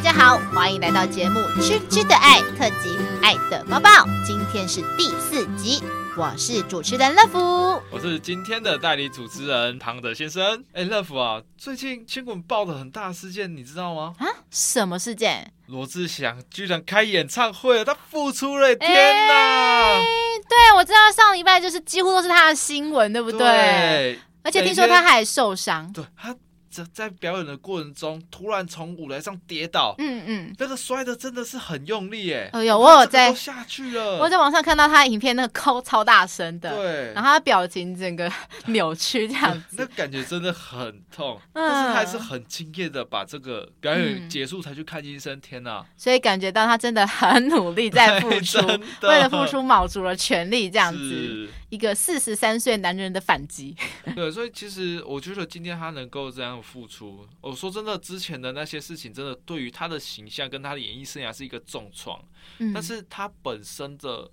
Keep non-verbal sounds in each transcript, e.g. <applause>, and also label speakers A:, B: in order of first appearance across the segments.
A: 欢迎来到节目《吃吃的爱》特辑《爱的抱抱》，今天是第四集，我是主持人乐福。
B: 我是今天的代理主持人庞德先生。哎、乐福啊，最近新闻报的很大事件，你知道吗？
A: 啊，什么事件？
B: 罗志祥居然开演唱会了，他复出了！天哪！
A: 哎对，我知道上礼拜就是几乎都是他的新闻，对不对？
B: 对，
A: 而且听说他还受伤。
B: 对他在在表演的过程中，突然从舞台上跌倒，
A: 嗯嗯，
B: 那个摔的真的是很用力耶！
A: 哎呦，我有
B: 这个
A: 在
B: 都，下去了，
A: 我在网上看到他的影片，那个抠超大声的，
B: 对
A: 然，后他表情整个扭曲这样子。
B: 那感觉真的很痛，
A: 嗯
B: 但是还是很敬业的把这个表演结束才去看医生。天哪，
A: 所以感觉到他真的很努力在付
B: <laughs>
A: 出
B: 真，的
A: 为了付出卯足了全力，这
B: 这
A: 样子一个四十三岁男人的反击。
B: 对，所以其实我觉得今天他能够这样付出，我说真的，之前的那些事情真的对于他的形象跟他的演艺生涯是一个重创，
A: 嗯
B: 但是他本身的。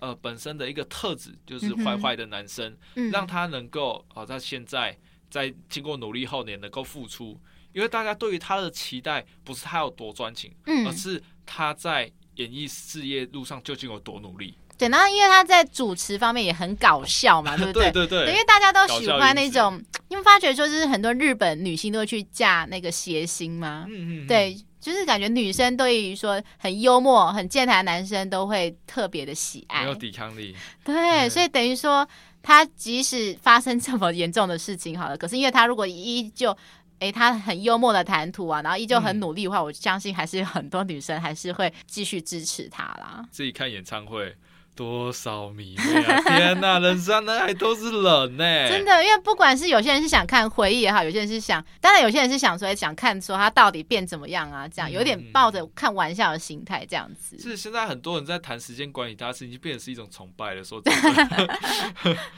B: 呃，本身的一个特质就是
A: 嗯哼
B: 坏坏的男生，
A: 嗯
B: 让他能够啊、他现在在经过努力后也能够付出，因为大家对于他的期待不是他有多专情，
A: 嗯
B: 而是他在演艺事业路上究竟有多努力。
A: 对，然后因为他在主持方面也很搞笑嘛，对不对？
B: <laughs> 对对
A: 因为大家都
B: 搞
A: 喜
B: 笑
A: 欢那
B: 因子
A: 种，你们发觉说，就是很多日本女星都会去嫁那个谐星吗？
B: 嗯嗯，嗯，
A: 对，就是感觉女生对于说很幽默、很健谈的男生都会特别的喜
B: 没
A: 爱
B: 有。抵抗力。
A: 对，
B: 嗯
A: 所以等于说，他即使发生这么严重的事情好了，可是因为他如果依旧。诶，他很幽默的谈吐啊，然后依旧很
B: 嗯
A: 努力的话，我相信还是有很多女生还是会继续支持他啦。
B: 自己看演唱会，多少迷妹啊！ <laughs> 天哪，人山人海都是人呢、
A: 真的，因为不管是有些人是想看回忆也好，有些人是想，当然有些人是想说诶想看说他到底变怎么样啊，这样有点
B: 嗯
A: 抱着看玩笑的心态这样子。
B: 是现在很多人在谈时间管理大师，已经变成是一种崇拜了。说真
A: <laughs>
B: 的，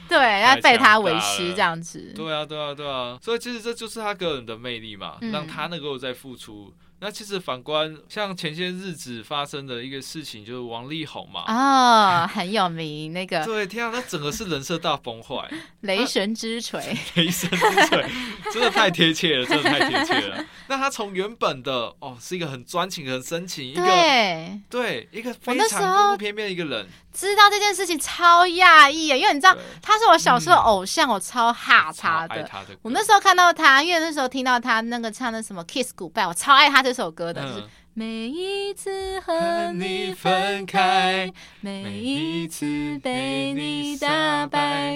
A: 对，要拜他
B: 强
A: 为
B: 大
A: 师
B: 了
A: 这样子。
B: 对啊，对啊，对啊。所以其实这就是他个人的魅力嘛，
A: 嗯
B: 让他能够在付出。那其实反观像前些日子发生的一个事情，就是王力宏嘛。
A: 哦，很有名
B: <laughs>
A: 那个
B: 对，天啊，那整个是人设大崩
A: <laughs>
B: 坏，
A: 雷神之锤，
B: 雷声之锤，真的太贴切了，真的太贴切了。那他从原本的哦，是一个很专情、很深
A: <laughs>
B: 情，一个
A: 对，
B: 对，一个
A: 我
B: 非
A: 那时
B: 常
A: 候
B: 风度翩翩的一个人，
A: 知道这件事情超讶异耶，因为你知道
B: 对嗯
A: 他是我小时候偶像，我超哈
B: 超
A: 他
B: 爱
A: 的。
B: 他的歌。
A: 我那时候看到他，因为那时候听到他那个唱的什么《Kiss Goodbye》，我超爱他这首歌的，就是
B: 嗯，
A: 每一次和
B: 和
A: 你
B: 你
A: 分
B: 分
A: 开
B: 开，
A: 每
B: 每
A: 一
B: 一
A: 次
B: 次
A: 被
B: 被
A: 你
B: 你
A: 打
B: 打
A: 败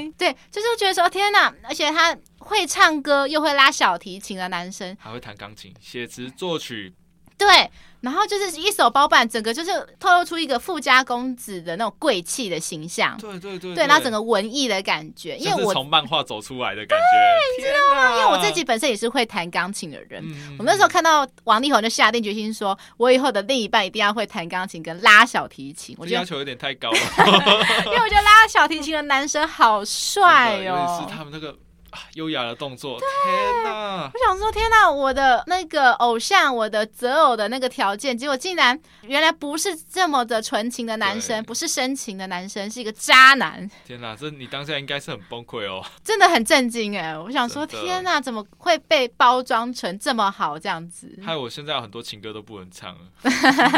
B: 败。
A: 对，就是觉得说天哪，而且他会唱歌又会拉小提琴的男生，
B: 还会弹钢琴、写词、作曲，
A: 对，然后就是一手包办，整个就是透露出一个富家公子的那种贵气的形象。
B: 对对对
A: 对，然后整个文艺的感觉，因
B: 像
A: 为
B: 是
A: 我
B: 从漫画走出来的感觉，天哪！因
A: 因为我自己本身也是会弹钢琴的人。
B: 嗯，
A: 我那时候看到王力宏，就下定决心说，我以后的另一半一定要会弹钢琴跟拉小提琴。我
B: 这
A: 觉
B: 要
A: 得，
B: 求有点太高了，
A: <laughs> 因为我觉得拉小提琴的男生
B: <laughs>
A: 好帅
B: 真的尤其
A: 哦
B: 是。他们那个啊优雅的动作，天哪！
A: 我想说，天哪！我的那个偶像，我的择偶的那个条件，结果竟然原来不是这么的纯情的男生，
B: 对
A: 不是深情的男生，是一个渣男，
B: 天哪，这你当下应该是很崩溃哦。
A: 真的很震惊哎！我想说，
B: 真的
A: 天哪，怎么会被包装成这么好这样子？
B: 害我现在有很多情歌都不能唱了。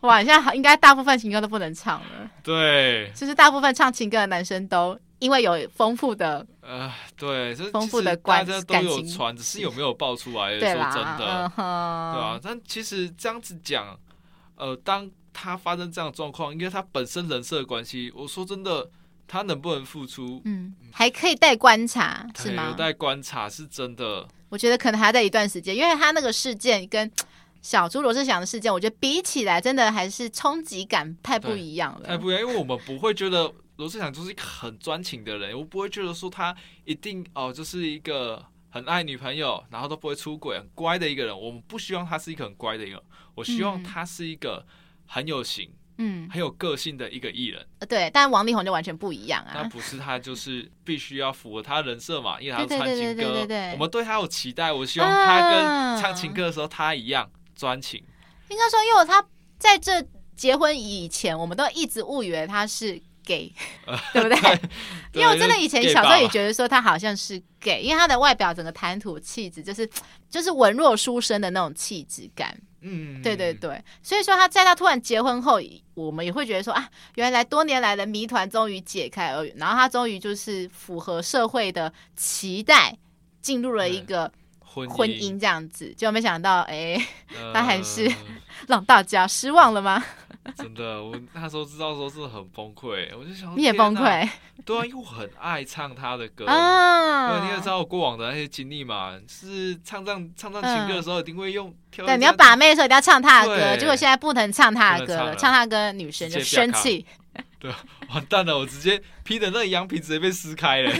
A: 哇，现在应该大部分情歌都不能唱了，
B: 对，
A: 就是大部分唱情歌的男生都因为有丰富的，
B: 呃，对，这
A: 丰富的
B: 其实
A: 关
B: 大家都
A: 感
B: 有
A: 情
B: 传，只是有没有爆出来而已。
A: 对
B: 说
A: 啦，
B: 真的，
A: 嗯哼，
B: 对啊，，但其实这样子讲，呃，当他发生这样的状况，因为他本身人设的关系，我说真的，他能不能付出，
A: 嗯，还可以待观察是
B: 对有
A: 吗？
B: 待观察，是真的。
A: 我觉得可能还要在一段时间，因为他那个事件跟小猪罗志祥的事件，我觉得比起来，真的还是冲击感太不一样
B: 哎，
A: 了。
B: 不一样，因为我们不会觉得罗志祥就是一个很专情的人，我不会觉得说他一定哦、就是一个很爱女朋友，然后都不会出轨，很乖的一个人。我们不希望他是一个很乖的一个人，我希望
A: 嗯
B: 他是一个很有型、
A: 嗯，
B: 很有个性的一个艺人。
A: 对，但王力宏就完全不一样
B: 那
A: 啊。
B: 不是他，就是必须要符合他人设嘛，因为他是
A: 对
B: 唱
A: 对对
B: 情
A: 对对
B: 歌
A: 对对，
B: 我们对他有期待，我希望他
A: 啊
B: 跟唱情歌的时候他一样专情。
A: 应该说，因为他在这结婚以前，我们都一直误以为他是 gay，对不对？ <laughs> 因为我真的以前小时候也
B: 得，
A: 觉得说他好像是 gay，因为他的外表整个谈吐气质就是就是文弱书生的那种气质感。
B: 嗯，
A: 对对对，所以说他在他突然结婚后，我们也会觉得说啊，原来多年来的谜团终于解开而已，然后他终于就是符合社会的期待，进入了一个
B: 婚
A: 婚姻这样子，就没想到哎， <laughs>
B: 呃
A: 他还是让大家失望了吗？ <laughs>
B: 真的，我那时候知道的时候真的很崩溃，我就想说
A: 你也崩，
B: 天哪
A: <laughs> 溃
B: 对啊，因为我很爱唱他的歌。
A: 啊
B: 对，你也知道我过往的那些经历嘛，是唱唱唱唱情歌的时候，一定会用挑一
A: 对，
B: 下
A: 你要把妹的时候一定要唱他的歌，
B: 对
A: 结果现在不能唱他的
B: 不能
A: 歌
B: 唱
A: 了，
B: 了
A: 唱他的歌女生就
B: 直接
A: 生
B: 啪
A: 气。
B: 完蛋了，我直接披的那个羊皮直接被撕开了。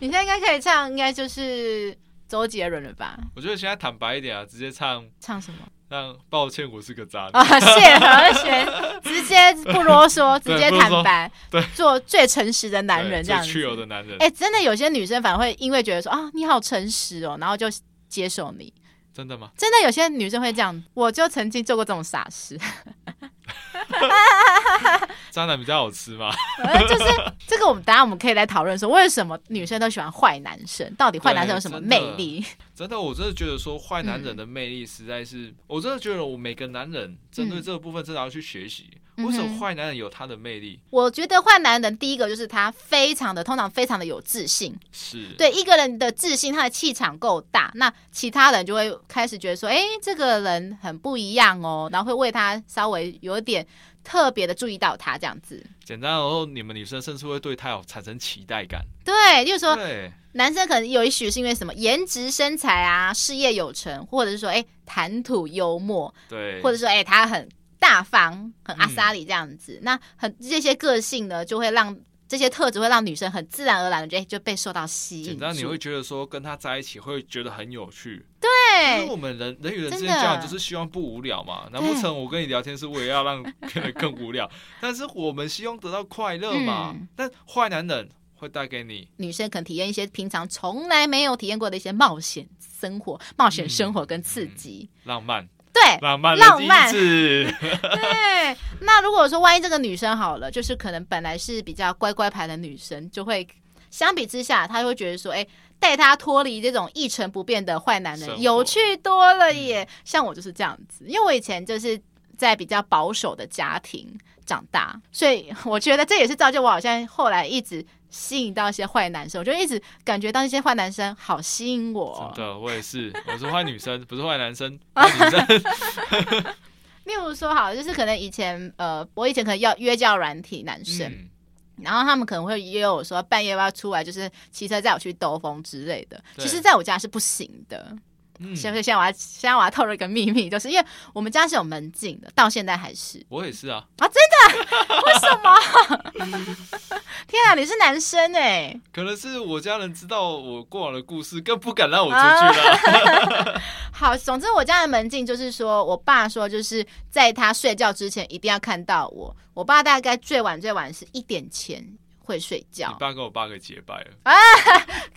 A: 你现在应该可以唱，应该就是周杰伦了吧？
B: 我觉得现在坦白一点啊，直接唱
A: 唱什么
B: 让抱歉我是个渣男。
A: 啊？谢和弦，直接不
B: <laughs>
A: 啰嗦，直接
B: 不啰嗦
A: 坦白，
B: 对
A: 做最诚实的男
B: 对
A: 人这
B: 最
A: 样
B: 去油
A: 子。
B: 的男人，
A: 哎、真的有些女生反而会因为觉得说啊，你好诚实哦，然后就接受你。
B: 真的吗？
A: 真的有些女生会这样，我就曾经做过这种
B: <laughs>
A: 傻事，
B: 渣男比较好吃
A: <laughs>
B: 吗？
A: 就是这个我们当然我们可以来讨论说，为什么女生都喜欢坏男生？到底坏男生有什么
B: 对
A: 魅
B: 真的
A: 力？
B: 真的，我真的觉得说坏男
A: 嗯
B: 人的魅力实在是，我真的觉得我每个男人针对这个部分真的要去学习，
A: 嗯
B: 为什
A: 嗯哼
B: 么坏男人有他的魅力？
A: 我觉得坏男人第一个就是他非常的，通常非常的有自信，
B: 是，
A: 对一个人的自信，他的气场够大，那其他人就会开始觉得说，哎，这个人很不一样哦，然后会为他稍微有点特别的注意到他这样子。
B: 简单，然后你们女生甚至会对他有产生期待感。
A: 对，啊就是说
B: 对，
A: 男生可能有一许是因为什么颜值、身材啊、事业有成，或者是说哎谈吐幽默，
B: 对，嗯
A: 或者说哎、他很大方、很阿莎里这样子，那很这些个性呢，就会让这些特质会让女生很自然而然的就、哎就被受到吸引
B: 简
A: 住。
B: 单，你会觉得说跟他在一起会觉得很有趣。因为
A: 对
B: 我们人人与人之
A: 哎真
B: 间
A: 的
B: 交往就是希望不无聊嘛，难不
A: 对
B: 成我跟你聊天是为了要让别人更无聊？但是我们希望得到快乐嘛。
A: 嗯
B: 但坏男人会带给你，
A: 女生可能体验一些平常从来没有体验过的一些冒险生活、冒险生活跟刺激。
B: 浪漫，
A: 对
B: 浪漫
A: 哎浪
B: 的
A: 漫
B: 第一次，
A: <laughs>
B: <laughs>
A: 对，那如果说万一这个女生好了，就是可能本来是比较乖乖牌的女生，就会相比之下，她会觉得说，哎、带她脱离这种一成不变的坏男
B: 生
A: 人，
B: 活
A: 有趣多了耶。像我就是这样子，因为我以前就是在比较保守的家庭长大，所以我觉得这也是造就我好像后来一直吸引到一些坏男生，我就一直感觉到那些坏男生好吸引我
B: 真。的，我也是，我是坏女生，不是坏男
A: <laughs>
B: 生，坏女生，
A: 例如说，好，就是可能以前呃，我以前可能要约教软体男生。
B: 嗯
A: 然后他们可能会约我说半夜要不要出来，就是骑车载我去兜风之类的。
B: 对
A: 其实，在我家是不行的。
B: 嗯，
A: 现在现在我要现在我要透露一个秘密，就是因为我们家是有门禁的，到现在还是。
B: 我也是啊，
A: 天啊，你是男生哎、
B: 可能是我家人知道我过往的故事，更不敢让我出
A: 啊
B: 去了。
A: <laughs> 好，总之我家的门禁就是说，我爸说就是在他睡觉之前一定要看到我。我爸大概最晚最晚是一点前会睡
B: 你
A: 觉，
B: 爸跟我爸给结拜了，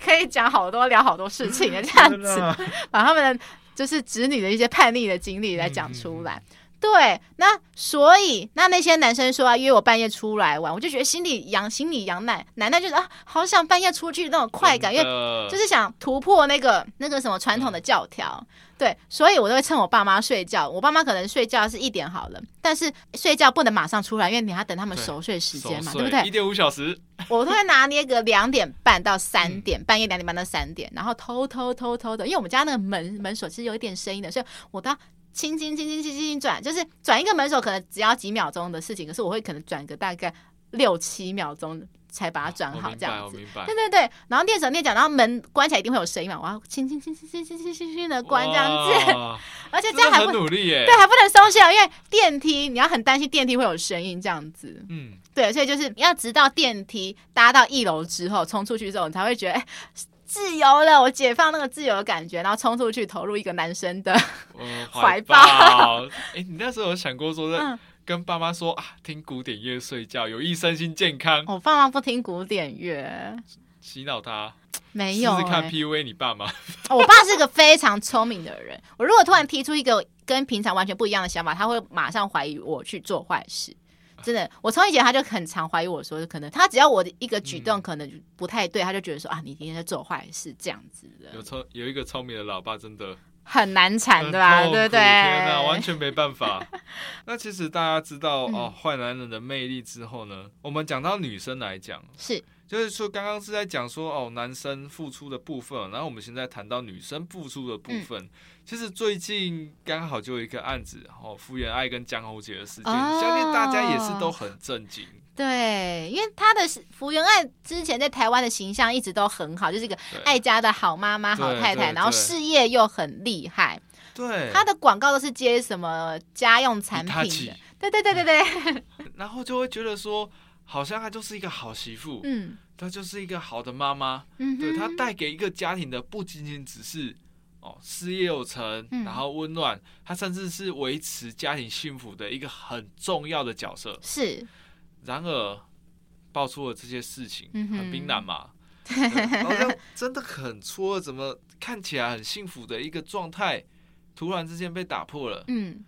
A: 可以讲好多聊好多事情
B: <laughs>
A: <laughs> 的这样
B: 真
A: 子
B: 的。啊
A: 把他们的就是子女的一些叛逆的经历来讲出来。对，那所以那那些男生说啊要约我半夜出来玩，我就觉得心里痒，心里痒奶奶奶就是啊，好想半夜出去那种快感，因为
B: 为
A: 就是想突破那个那个什么传统的教条。对，所以我都会趁我爸妈睡觉，我爸妈可能睡觉是一点好了，但是睡觉不能马上出来，因为你还等他们
B: 对
A: 熟睡时间嘛，
B: 守
A: 对
B: 岁
A: 不对？
B: 一点五小时，
A: 我都会拿捏个两点半到三点，半夜两点半到三点，然后偷偷偷偷的，因为我们家那个门门锁是有一点声音的，所以我都要轻轻轻轻轻轻轻转，就是转一个门锁可能只要几秒钟的事情，可是我会可能转个大概六七秒钟才把它转
B: 我
A: 好
B: 明
A: 这
B: 白，我
A: 样子。
B: 明白
A: 对。对对，然后蹑手蹑脚，然后门关起来一定会有声音嘛，我要轻轻轻轻轻轻轻轻轻的关这样子，
B: 哇，
A: 而 <laughs> 且这
B: 真
A: 样
B: 的
A: 还
B: 很
A: 不
B: 努力耶
A: 对，。还不能松懈哦，因为电梯你要很担心电梯会有声音这样子。
B: 嗯，
A: 对，所以就是要直到电梯搭到一楼之后，冲出去之后，你才会觉得、哎自由了，我解放那个自由的感觉，然后冲出去投入一个男生的， <laughs>
B: 我
A: 怀
B: 怀
A: 抱
B: 抱。哎，你那时候有想过说
A: 嗯
B: 在跟爸妈说啊，听古典乐睡觉有益身心健康，
A: 我爸妈不听古典乐，
B: 洗脑他，
A: 没
B: 试
A: 有、
B: 试看
A: 哎
B: PUA 你爸妈。
A: 我爸是个非常聪明的人，我如果突然提出一个跟平常完全不一样的想法，他会马上怀疑我去做坏事。真的，我从以前他就很常怀疑我说，可能他只要我的一个举动
B: 嗯
A: 可能不太对，他就觉得说啊，你今天在做坏事这样子的。
B: 有聪有一个聪明的老爸，真的
A: 很难缠，
B: 很
A: 对吧？
B: 痛苦
A: 对不
B: 天哪，
A: 对
B: 完？全没办
A: <laughs>
B: 法。那其实大家知道
A: 嗯
B: 哦，坏男人的魅力之后呢，我们讲到女生来讲，
A: 是
B: 就是说刚刚是在讲说哦，男生付出的部分，然后我们现在谈到女生付出的部分。
A: 嗯
B: 其实最近刚好就有一个案子，哦，福原爱跟江宏杰的事件，
A: 哦
B: 相信大家也是都很震惊。
A: 对，因为她的福原爱之前在台湾的形象一直都很好，就是一个
B: 对
A: 爱家的好妈妈、好
B: 对
A: 太太，
B: 对
A: 然后
B: 对
A: 事业又很厉害。
B: 对，
A: 她的广告都是接什么家用产
B: 他
A: 品的，对对对对对，
B: 然后就会觉得说，好像她就是一个好媳妇，
A: 嗯
B: 她就是一个好的妈妈，
A: 嗯哼，
B: 对她带给一个家庭的不仅仅只是哦事业有成，
A: 嗯
B: 然后温暖，她甚至是维持家庭幸福的一个很重要的角色。
A: 是
B: 然而，爆出了这些事情，
A: 嗯哼
B: 很冰冷
A: <laughs>
B: 嘛。对好像真的很错愕，怎么看起来很幸福的一个状态，突然之间被打破了。
A: 嗯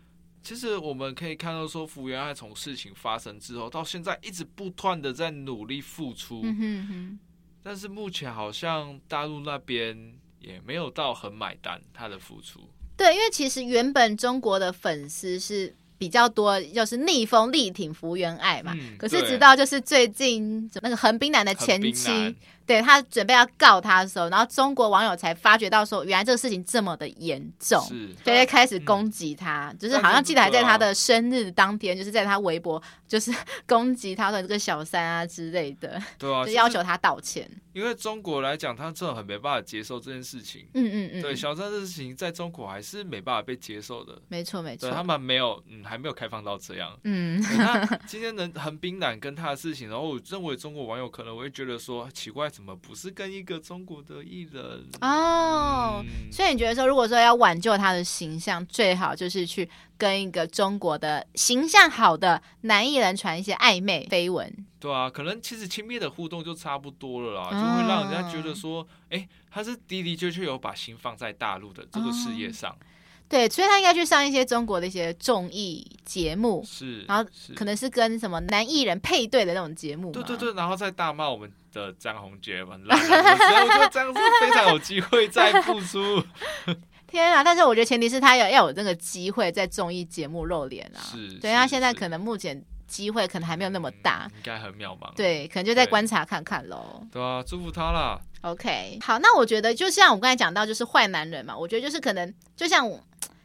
B: 其实我们可以看到，说福原爱从事情发生之后到现在，一直不断的在努力付出，
A: 嗯哼哼，
B: 但是目前好像大陆那边也没有到很买单她的付出。
A: 对，因为其实原本中国的粉丝是。比较多就是逆风力挺福原爱嘛，
B: 嗯
A: 可是
B: 对
A: 直到就是最近那个横滨男的前
B: 很冰
A: 妻
B: 蓝，
A: 对他准备要告他的时候，然后中国网友才发觉到说，原来这个事情这么的严重，
B: 是，嗯
A: 就会开始攻击他，就是好像记得还在他的生日当天，就是在他微博就是攻击他说你这个小三啊之类的，
B: 对啊，
A: 就
B: 其实
A: 要求他道歉。
B: 因为中国来讲，他真的很没办法接受这件事情。
A: 嗯嗯嗯，
B: 对，小三这事情在中国还是没办法被接受的。
A: 没错没
B: 对他
A: 错，
B: 们没有，嗯，还没有开放到这样。 <laughs>
A: 嗯
B: 对那今天能横冰冷跟他的事情，然后我认为中国网友可能会觉得说，奇怪，怎么不是跟一个中国的艺人？
A: 哦。
B: 嗯
A: 所以你觉得说，如果说要挽救他的形象，最好就是去跟一个中国的形象好的男艺人传一些暧昧绯闻。
B: 对啊，可能其实亲密的互动就差不多了啦，
A: 哦
B: 就会让人家觉得说，哎、他是的的确确有把心放在大陆的这个事
A: 哦
B: 业上，
A: 对，所以他应该去上一些中国的一些综艺节目，
B: 是，
A: 然后
B: 是
A: 可能是跟什么男艺人配对的那种节目。
B: 对对，对，然后再大骂我们的张宏杰很烂啊，然后我觉得这样是非常有机会再复出，
A: 天啊！但是我觉得前提是他要要有那个机会在综艺节目露脸啊。
B: 是
A: 对，
B: 是
A: 他现在
B: 是
A: 可能目前机会可 <laughs> 能还没有那么大
B: 嗯，应该很渺茫，，
A: 对，可能就再
B: 对
A: 观察看看喽。
B: 对啊，祝福他啦，
A: OK，好，那我觉得就像我刚才讲到，就是坏男人嘛，我觉得就是可能就像我，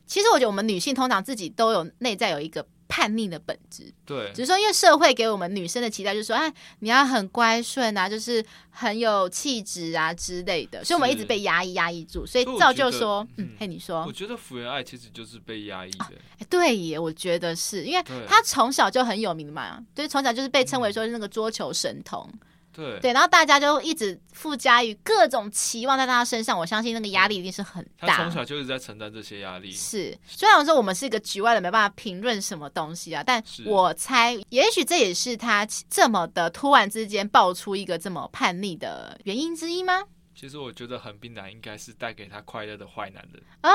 A: 其实我觉得我们女性通常自己都有内在有一个叛逆的本质，
B: 对
A: 只是说因为社会给我们女生的期待就是说，哎，你要很乖顺啊，就是很有气质啊之类的，所以我们一直
B: 是
A: 被压抑压抑住，所以
B: 所以我
A: 造
B: 觉
A: 就
B: 得
A: 说，嗯
B: 嗯，
A: 嘿，你说
B: 我，觉得福原爱其实就是被压抑的，
A: 哎对耶，我觉得是因为
B: 对嗯
A: 他从小就很有名嘛，就是从小就是被称为说是那个桌球神童，
B: 对，
A: 对，然后大家就一直附加于各种期望在他身上，我相信那个压力一定是很
B: 他
A: 大
B: 从。小就一直在承担这些压力，
A: 是，虽然说我们是一个局外人，没办法评论什么东西啊，但
B: 是
A: 我猜，也许这也是他这么的突然之间爆出一个这么叛逆的原因之一吗？
B: 其实我觉得横滨男应该是带给他快乐的坏男人，
A: 哦，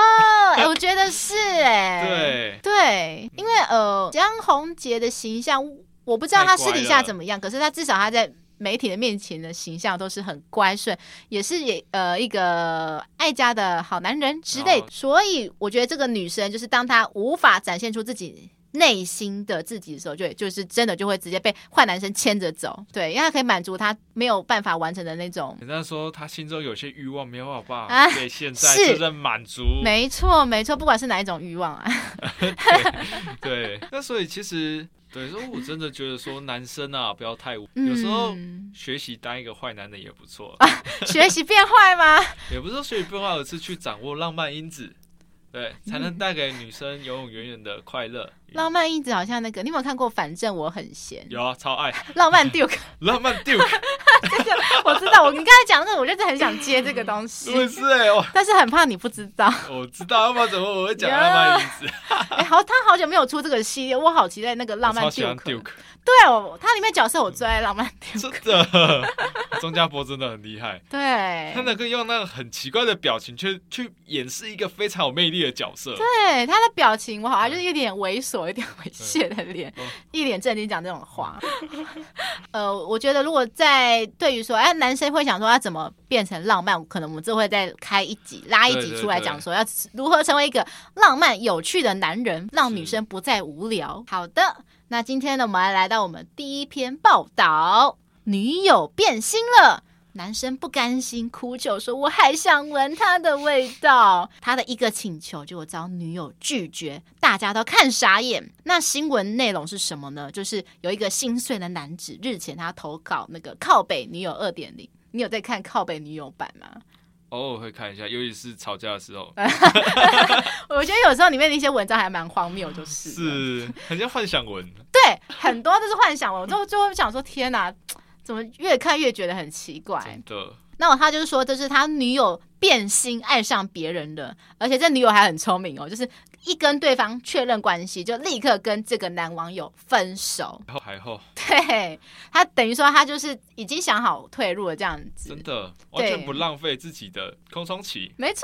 A: 哎我觉得是哎、
B: 呃对。
A: 对，因为呃，江宏杰的形象，我不知道他私底下怎么样，可是他至少他在媒体的面前的形象都是很乖顺，也是也呃一个爱家的好男人之类。
B: 哦
A: 所以我觉得这个女生，就是当她无法展现出自己。内心的自己的时候，就就是真的就会直接被坏男生牵着走，对，因为他可以满足他没有办法完成的那种，
B: 简单说，他心中有些欲望没有办
A: 啊
B: 法被现在
A: 是
B: 这任满足。
A: 没错没错，不管是哪一种欲望啊，
B: 对，那所以其实，对，所以我真的觉得说，男生啊，不要太无，有时候
A: 嗯、
B: 学习当一个坏男人也不错，
A: 啊学习变坏吗？
B: 也不是说学习不好，而是去掌握浪漫因子，对，才能带给女生永永远远的快乐。
A: 浪漫一直好像那个，你有没有看过《反正我很闲》？
B: 有啊，超爱
A: 浪漫 <laughs> Duke，
B: 浪漫 Duke，
A: 我知道，我你刚才讲那个，我就是很想接这个东西，
B: 不是哎、我
A: 但是很怕你不知道。
B: 我知道，要不然怎么我会讲浪漫因子？
A: 哎、好，他好久没有出这个系列，我好期待那个浪漫
B: 我超喜欢
A: Duke。
B: Duke，
A: 对，我他里面角色我最爱浪漫 Duke。
B: 真的， <laughs> 钟家博真的很厉害。
A: 对
B: <laughs> 他，能够用那种很奇怪的表情去去掩饰一个非常有魅力的角色，
A: 对他的表情我好像就是一脸猥琐、一点猥亵的脸
B: 嗯，
A: <laughs> 一脸正经讲这种话。呃，我觉得如果在对于说，哎，男生会想说要怎么变成浪漫，可能我们这会再开一集拉一集
B: 对对
A: 出来
B: 对
A: 讲说要如何成为一个浪漫有趣的男人，让女生不再无聊。好的，那今天呢，我们来来到我们第一篇报道，女友变心了。男生不甘心，哭求说：“我还想闻她的味道。” <laughs> 他的一个请求就遭女友拒绝，大家都看傻眼。那新闻内容是什么呢？就是有一个心碎的男子，日前他投稿那个靠北女友二点零。你有在看靠北女友版吗？
B: 偶尔会看一下，尤其是吵架的时候，
A: 哎我觉得有时候里面的一些文章还蛮荒谬，就是了
B: 是很像幻想文。
A: 对很多都是幻想文，我就就会想说：天哪，怎么越看越觉得很奇怪？
B: 真的，
A: 那他就是说，这是他女友变心爱上别人了，而且这女友还很聪明哦，就是一跟对方确认关系，就立刻跟这个男网友分手。
B: 然后还好，
A: 对他等于说，他就是已经想好退路了这样子
B: 真。的完全不浪费自己的空窗
A: <laughs>
B: 期。
A: 没错，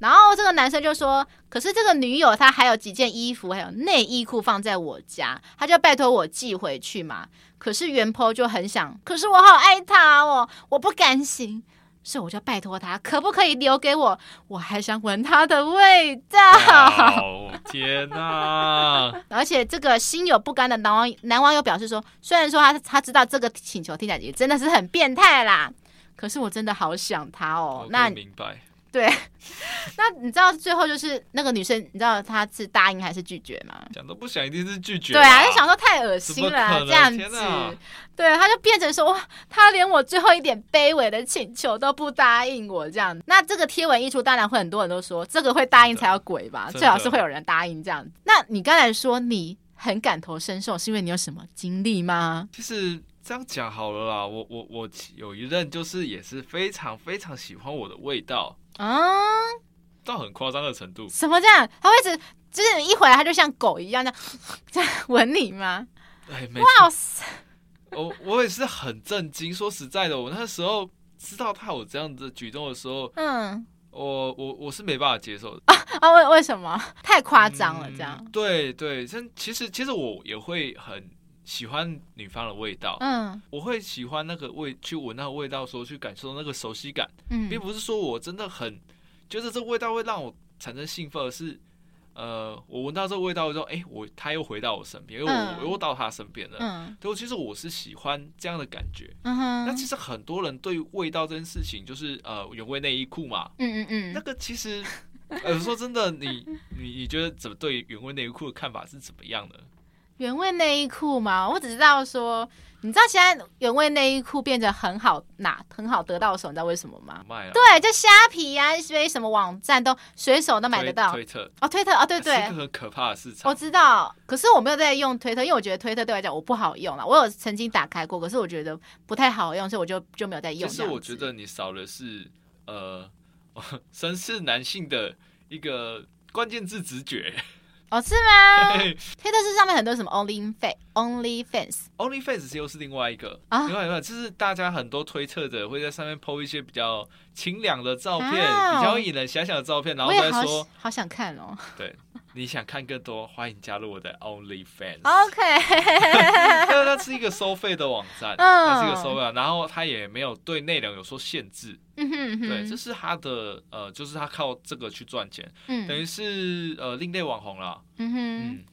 A: 然后这个男生就说：“可是这个女友她还有几件衣服，还有内衣裤放在我家，他就拜托我寄回去嘛。”可是原 po 就很想，可是我好爱她哦，我不甘心，所以我就拜托他，可不可以留给我？我还想闻她的味道。
B: 哇哦，天哪、
A: 而且这个心有不甘的男网男网友表示说，虽然说他他知道这个请求听起来也真的是很变态啦，可是我真的好想他哦
B: 我。可以
A: 那
B: 明白
A: 那你知道最后就是那个女生，你知道她是答应还是拒绝吗？
B: 想都不想，一定是拒绝
A: 对
B: 吧。
A: 啊，就想说太恶心了啊、
B: 怎么可能
A: 这样
B: 天哪
A: 子，对，她就变成说哇，她连我最后一点卑微的请求都不答应我这样。那这个贴文一出，当然会很多人都说这个会答应才有鬼吧，
B: 真的
A: 最好是会有人答应这样。那你刚才说你很感同身受，是因为你有什么经历吗？
B: 其实这样讲好了啦，我我我有一任就是也是非常非常喜欢我的味道，
A: 啊，
B: 到很夸张的程度。
A: 什么这样？她会一直就是你一回来，她就像狗一样这样 <laughs> 这样吻你吗？
B: 哎，没
A: 哇哦
B: 错，
A: 塞！
B: 我我也是很震惊。说实在的，我那时候知道他有这样的举动的时候，
A: 嗯，
B: 我我我是没办法接受的，
A: <laughs> 啊，为为什么太夸张了？
B: 嗯
A: 这样，
B: 对对，像其实其实我也会很喜欢女方的味道，
A: 嗯
B: 我会喜欢那个味，去闻那个味道的时候，去感受那个熟悉感。并
A: 嗯
B: 不是说我真的很觉得这味道会让我产生兴奋，而是呃，我闻到这味道之后，哎、我他又回到我身边，因为我、
A: 嗯
B: 我又到他身边了。
A: 嗯
B: 对，其实我是喜欢这样的感觉。
A: 嗯哼，
B: 那其实很多人对于味道这件事情，就是呃原味内衣裤嘛，
A: 嗯嗯
B: 那
A: 嗯，
B: 个其实 <laughs> 呃说真的，你你你觉得怎么对原味内衣裤的看法是怎么样的？
A: 原味内衣裤嘛，我只知道说，你知道现在原味内衣裤变得很好拿、很好得到手，你知道为什么吗？
B: 卖啊，
A: 对，就虾皮呀、一些什么网站都随手都买得到。
B: 推推特，
A: 哦，推特哦，对对
B: 是一，个很可怕的市场
A: 我。知道，可是我没有在用推特，因为我觉得推特对我来讲我不好用了。我有曾经打开过，可是我觉得不太好用，所以我就就没有在用
B: 就
A: 这样子。
B: 是我觉得你少的是呃， <laughs> 绅士男性的一个关键字直觉。
A: 哦，是
B: <laughs>
A: 吗？
B: 嘿
A: 推特是上面很多什么 Only Fan、Only Fans，
B: OnlyFans 是又是另外一个，
A: 啊
B: 另外一个就是大家很多推测者会在上面 PO 一些比较清凉的照片，
A: 啊
B: 比较引人遐想的照片，然
A: 我
B: 后
A: 也
B: 再
A: 好
B: 说
A: 想好想看哦。
B: 你想看更多，欢迎加入我的 OnlyFans。
A: OK，
B: 但它是一个收费的网站，
A: 嗯
B: 它是一个收费的，然后它也没有对内容有说限制，
A: 嗯哼哼
B: 对，这是它的呃，就是它靠这个去赚钱，等
A: 嗯
B: 于是呃另类网红啦，
A: 嗯哼，
B: 嗯，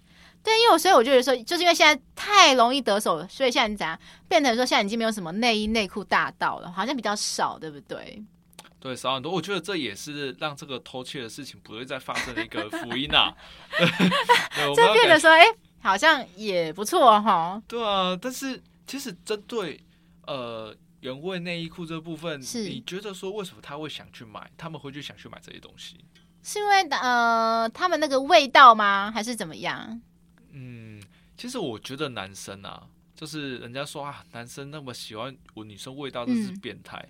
A: 对，因为我所以我就觉得说，就是因为现在太容易得手，所以现在你怎样变成说现在已经没有什么内衣内裤大盗了，好像比较少，对不对？
B: 对，少很多。我觉得这也是让这个偷窃的事情不会再发生的一个福音啊。 <laughs> 对，我们
A: 这
B: 要
A: 变得
B: 感
A: 说，哎、好像也不错哈。
B: 对啊，但是其实针对呃原味内衣裤这部分，
A: 是
B: 你觉得说为什么他会想去买？他们会去想去买这些东西？
A: 是因为呃，他们那个味道吗？还是怎么样？
B: 嗯，其实我觉得男生啊，就是人家说啊，男生那么喜欢我女生味道，这是
A: 嗯
B: 变态。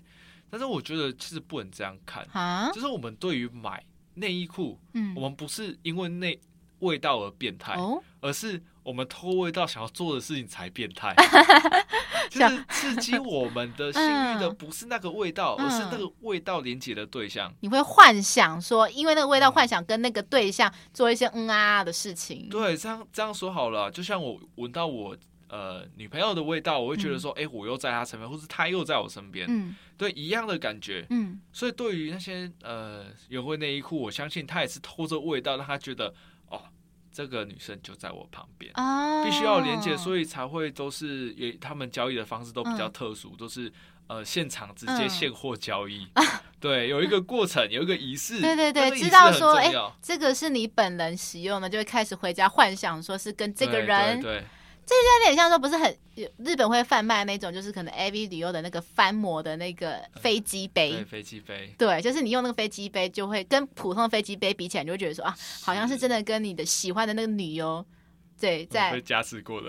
B: 但是我觉得其实不能这样看，
A: 啊？
B: 就是我们对于买内衣裤，
A: 嗯
B: 我，们不是因为内味道而变态。
A: 哦，
B: 而是我们偷味道想要做的事情才变
A: <laughs>
B: 态，就
A: 像
B: 是刺激我们
A: <laughs>
B: 的性欲的
A: 嗯
B: 不是那个味道，而是那
A: 嗯
B: 个味道连接的对象。
A: 你会幻想说，因为那个味道，幻想跟那个对象做一些嗯啊的事情。
B: 啊对，这样这样说好了，就像我闻到我呃女朋友的味道，我会觉得说，哎、我又在她身边，或是她又在我身边，
A: 嗯
B: 对，一样的感觉。
A: 嗯
B: 所以对于那些呃原味内衣裤，我相信她也是偷着味道，让她觉得哦，这个女生就在我旁边。
A: 啊，
B: 必须要有连接，所以才会都是也他们交易的方式都比较特殊，都是呃现场直接
A: 嗯啊
B: 现货交易，对，有一个过程，有一个仪式，
A: 对
B: 那
A: 对对
B: 个，仪式
A: 知道说，
B: 很
A: 哎
B: 重要，
A: 这个是你本人使用的，就会开始回家幻想，说是跟这个人，
B: 对对
A: 有点像说不是很日本会贩卖那种，就是可能 AV 旅游的那个翻模的那个飞机
B: 对对
A: 杯。
B: 飞机杯，
A: 对，就是你用那个飞机杯，就会跟普通的飞机杯比起来，你就会觉得说啊，好像是真的跟你的喜欢的那个女优，对，
B: 嗯
A: 在
B: 被加持过的，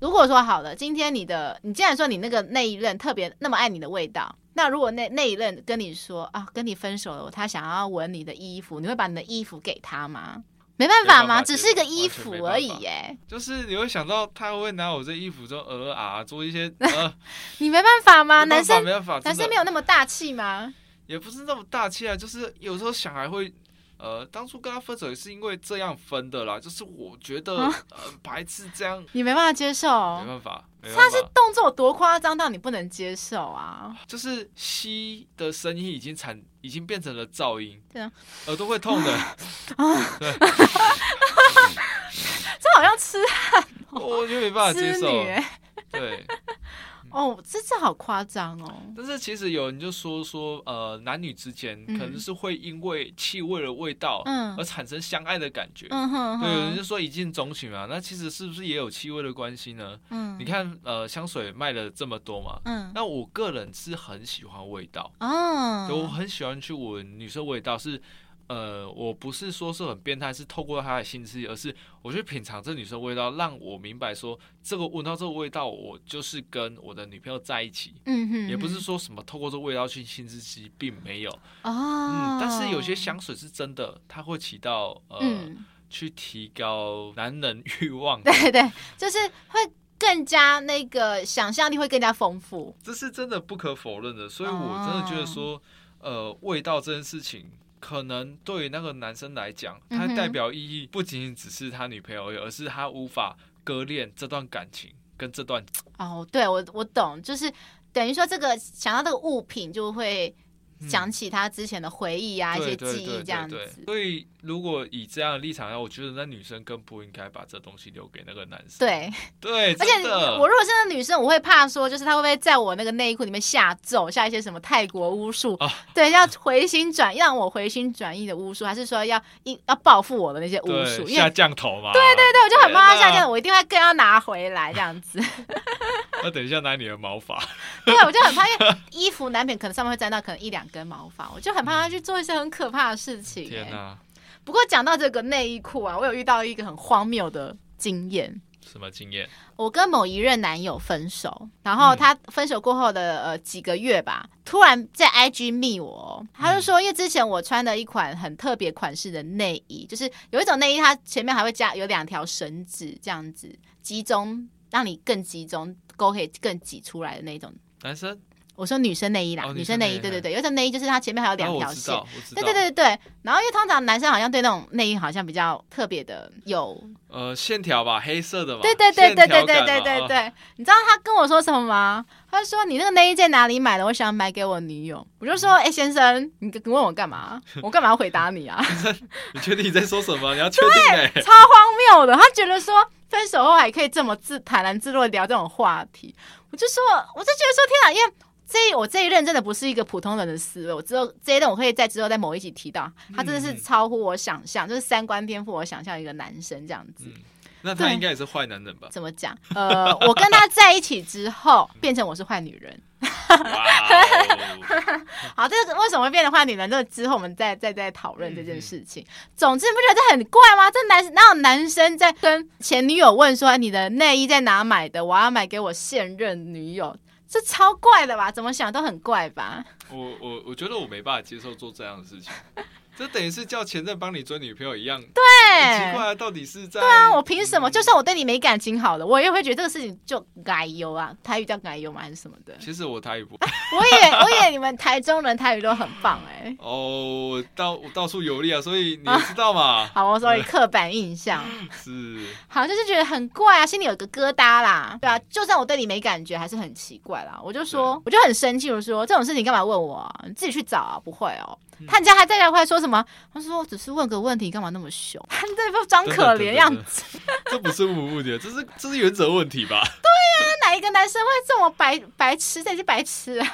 A: 如果说好了，今天你的你既然说你那个那一任特别那么爱你的味道，那如果那那一任跟你说啊，跟你分手了，他想要闻你的衣服，你会把你的衣服给他吗？没办法
B: 没办
A: 嘛，
B: 法
A: 只
B: 就是
A: 个衣服
B: 完全没办法
A: 而已耶，
B: <laughs> 就是你会想到他会拿我这衣服做呃啊做一
A: <laughs>
B: 些呃，
A: 你没办法吗？
B: 没办法
A: 啊男生
B: 没办法，
A: 男
B: 真
A: 生
B: 的
A: 没有那么大气吗？
B: 也不是那么大气啊，就是有时候想还会。呃，当初跟他分手也是因为这样分的啦，就是我觉得、
A: 啊
B: 呃白痴这样，
A: 你没办法接受，
B: 没办法，没办法
A: 他是动作有多夸张到你不能接受啊？
B: 就是吸的声音已经产，已经变成了噪音，
A: 对啊，
B: 耳朵会痛
A: <laughs>
B: 的。
A: 这好像痴
B: 我就没办法接
A: <laughs> 痴
B: 受。
A: 女欸耶
B: 对，
A: 哦，这这好夸张哦，
B: 但是其实有人就说说，呃，男女之间
A: 嗯
B: 可能是会因为气味的味道
A: 嗯
B: 而产生相爱的感觉。
A: 嗯哼
B: 对，有人
A: 哼，
B: 就说一见钟情嘛，那其实是不是也有气味的关系呢？你
A: 嗯
B: 看，呃，香水卖了这么多嘛，
A: 嗯
B: 那我个人是很喜欢味道。
A: 啊
B: 对，我很喜欢去闻女生味道是，呃，我不是说是很变态，是透过她的心思，而是我去品尝这女生味道，让我明白说，这个闻到这个味道，我就是跟我的女朋友在一起，
A: 嗯哼，
B: 也不是说什么透过这味道去性刺激，并没有，
A: 哦
B: 嗯，，但是有些香水是真的，它会起到呃、
A: 嗯， <laughs>
B: 去提高男人欲望，
A: 对对，就是会更加那个想象力会更加丰富。
B: 这是真的不可否认的，所以我真的觉得说，
A: 哦
B: 呃，味道这件事情，可能对于那个男生来讲，
A: 嗯
B: 它
A: 哼
B: 代表意义不仅仅只是他女朋友而已，而是他无法割裂这段感情跟这段
A: 哦，对我我懂，就是等于说这个想到这个物品就会想起他之前的回忆啊，一
B: 对
A: 些
B: 对对
A: 记忆
B: 对
A: 这样
B: 对
A: 子。
B: 所以，如果以这样的立场来，我觉得那女生更不应该把这东西留给那个男生。
A: 对，
B: 对，
A: 而
B: 真
A: 且
B: 的
A: 我如果是那女生，我会怕说，就是她会不会在我那个内衣裤里面下咒，下一些什么泰国巫术？
B: 啊
A: 对，要回心转，让我回心转意的巫术，还是说要一要报复我的那些巫术？
B: 对
A: 因为
B: 下降头嘛。对对
A: 对，我就很怕她
B: 天哪
A: 下降，我一定会更要拿回来这样子。 <laughs>
B: 对，那等一下拿你的毛发。
A: 对，我就很怕，因为衣服难免可能上面会沾到可能一两根毛发，我就很怕他去做一些很可怕的事情、
B: 嗯天哪、
A: 欸。不过讲到这个内衣裤啊，我有遇到一个很荒谬的经验。
B: 什么经验？
A: 我跟某一任男友分手，然
B: 嗯
A: 后他分手过后的呃几个月吧，突然在 IG 密我哦，他就
B: 嗯
A: 说，因为之前我穿的一款很特别款式的内衣，就是有一种内衣，它前面还会加有两条绳子，这样子集中让你更集中勾可以更挤出来的那种
B: 男生？
A: 我说女生内衣啦，
B: 哦
A: 女生内
B: 女
A: 衣，
B: 生内衣
A: 对对对，有一种内衣就是它前面还有两
B: 哦
A: 条
B: 我知
A: 线，
B: 道，我知道。
A: 对对对对对。然后因为通常男生好像对那种内衣好像比较特别的有，
B: 呃，线条吧，黑色的嘛。
A: 对对对对对
B: 线条
A: 对对
B: 感
A: 对
B: 嘛。啊
A: 对。你知道他跟我说什么吗？他说你那个内衣在哪里买的？我想买给我女友。我就
B: 嗯
A: 说，哎、先生，你你问我
B: <laughs>
A: 干嘛？啊我干嘛要回答你啊？
B: 你确定你在说什么？你要确定哎、
A: 超荒谬的。他觉得说分手后还可以这么自坦然自若地聊这种话题，我就说，我就觉得说，天哪，因为。这一我这一任真的不是一个普通人的思维，我之后这一任我可以在之后在某一集提到，他真的是
B: 嗯
A: 超乎我想象，就是三观颠覆我想象一个男生这样子。
B: 嗯，那他
A: 对
B: 应该也是坏男人吧？
A: 怎么讲？呃，我跟他在一起之后，变成我是坏女人。
B: 哇哦，
A: 好，这个为什么会变成坏女人？这个之后我们再再再讨论这
B: 嗯
A: 件事情。总之，你不觉得这很怪吗？这男哪有男生在跟前女友问说你的内衣在哪买的？我要买给我现任女友，这超怪的吧？怎么想都很怪吧？
B: 我我我觉得我没办法接受做这样的事情。这等于是叫前任帮你追女朋友一样，很奇
A: 对，
B: 怪啊，到底是在？
A: 对啊，哎我凭什么？就算我对你没感情好了，我也会觉得这个事情就该有啊，台语叫该有吗？还是什么的？
B: 其实我台语不
A: 我也我也，你们台中人台语都很棒哎、
B: 哦，我到我到处游历啊，所以你知道
A: <laughs>
B: 嘛？
A: 好，我 sorry，刻板印象。
B: 嗯是
A: 好，就是觉得很怪啊，心里有个疙瘩啦。对啊，
B: 嗯
A: 就算我对你没感觉，还是很奇怪啦。我就说，我就很生气，我说这种事情干嘛问我、啊？你自己去找啊，不会哦。
B: 嗯
A: 他人家还在那块说什么？他说我只是问个问题，干嘛那么凶？他对方装可怜样子。
B: <laughs> 这不是误误解，这是这是原则问题吧？
A: 那哪一个男生会这么白白痴？这也是白痴啊！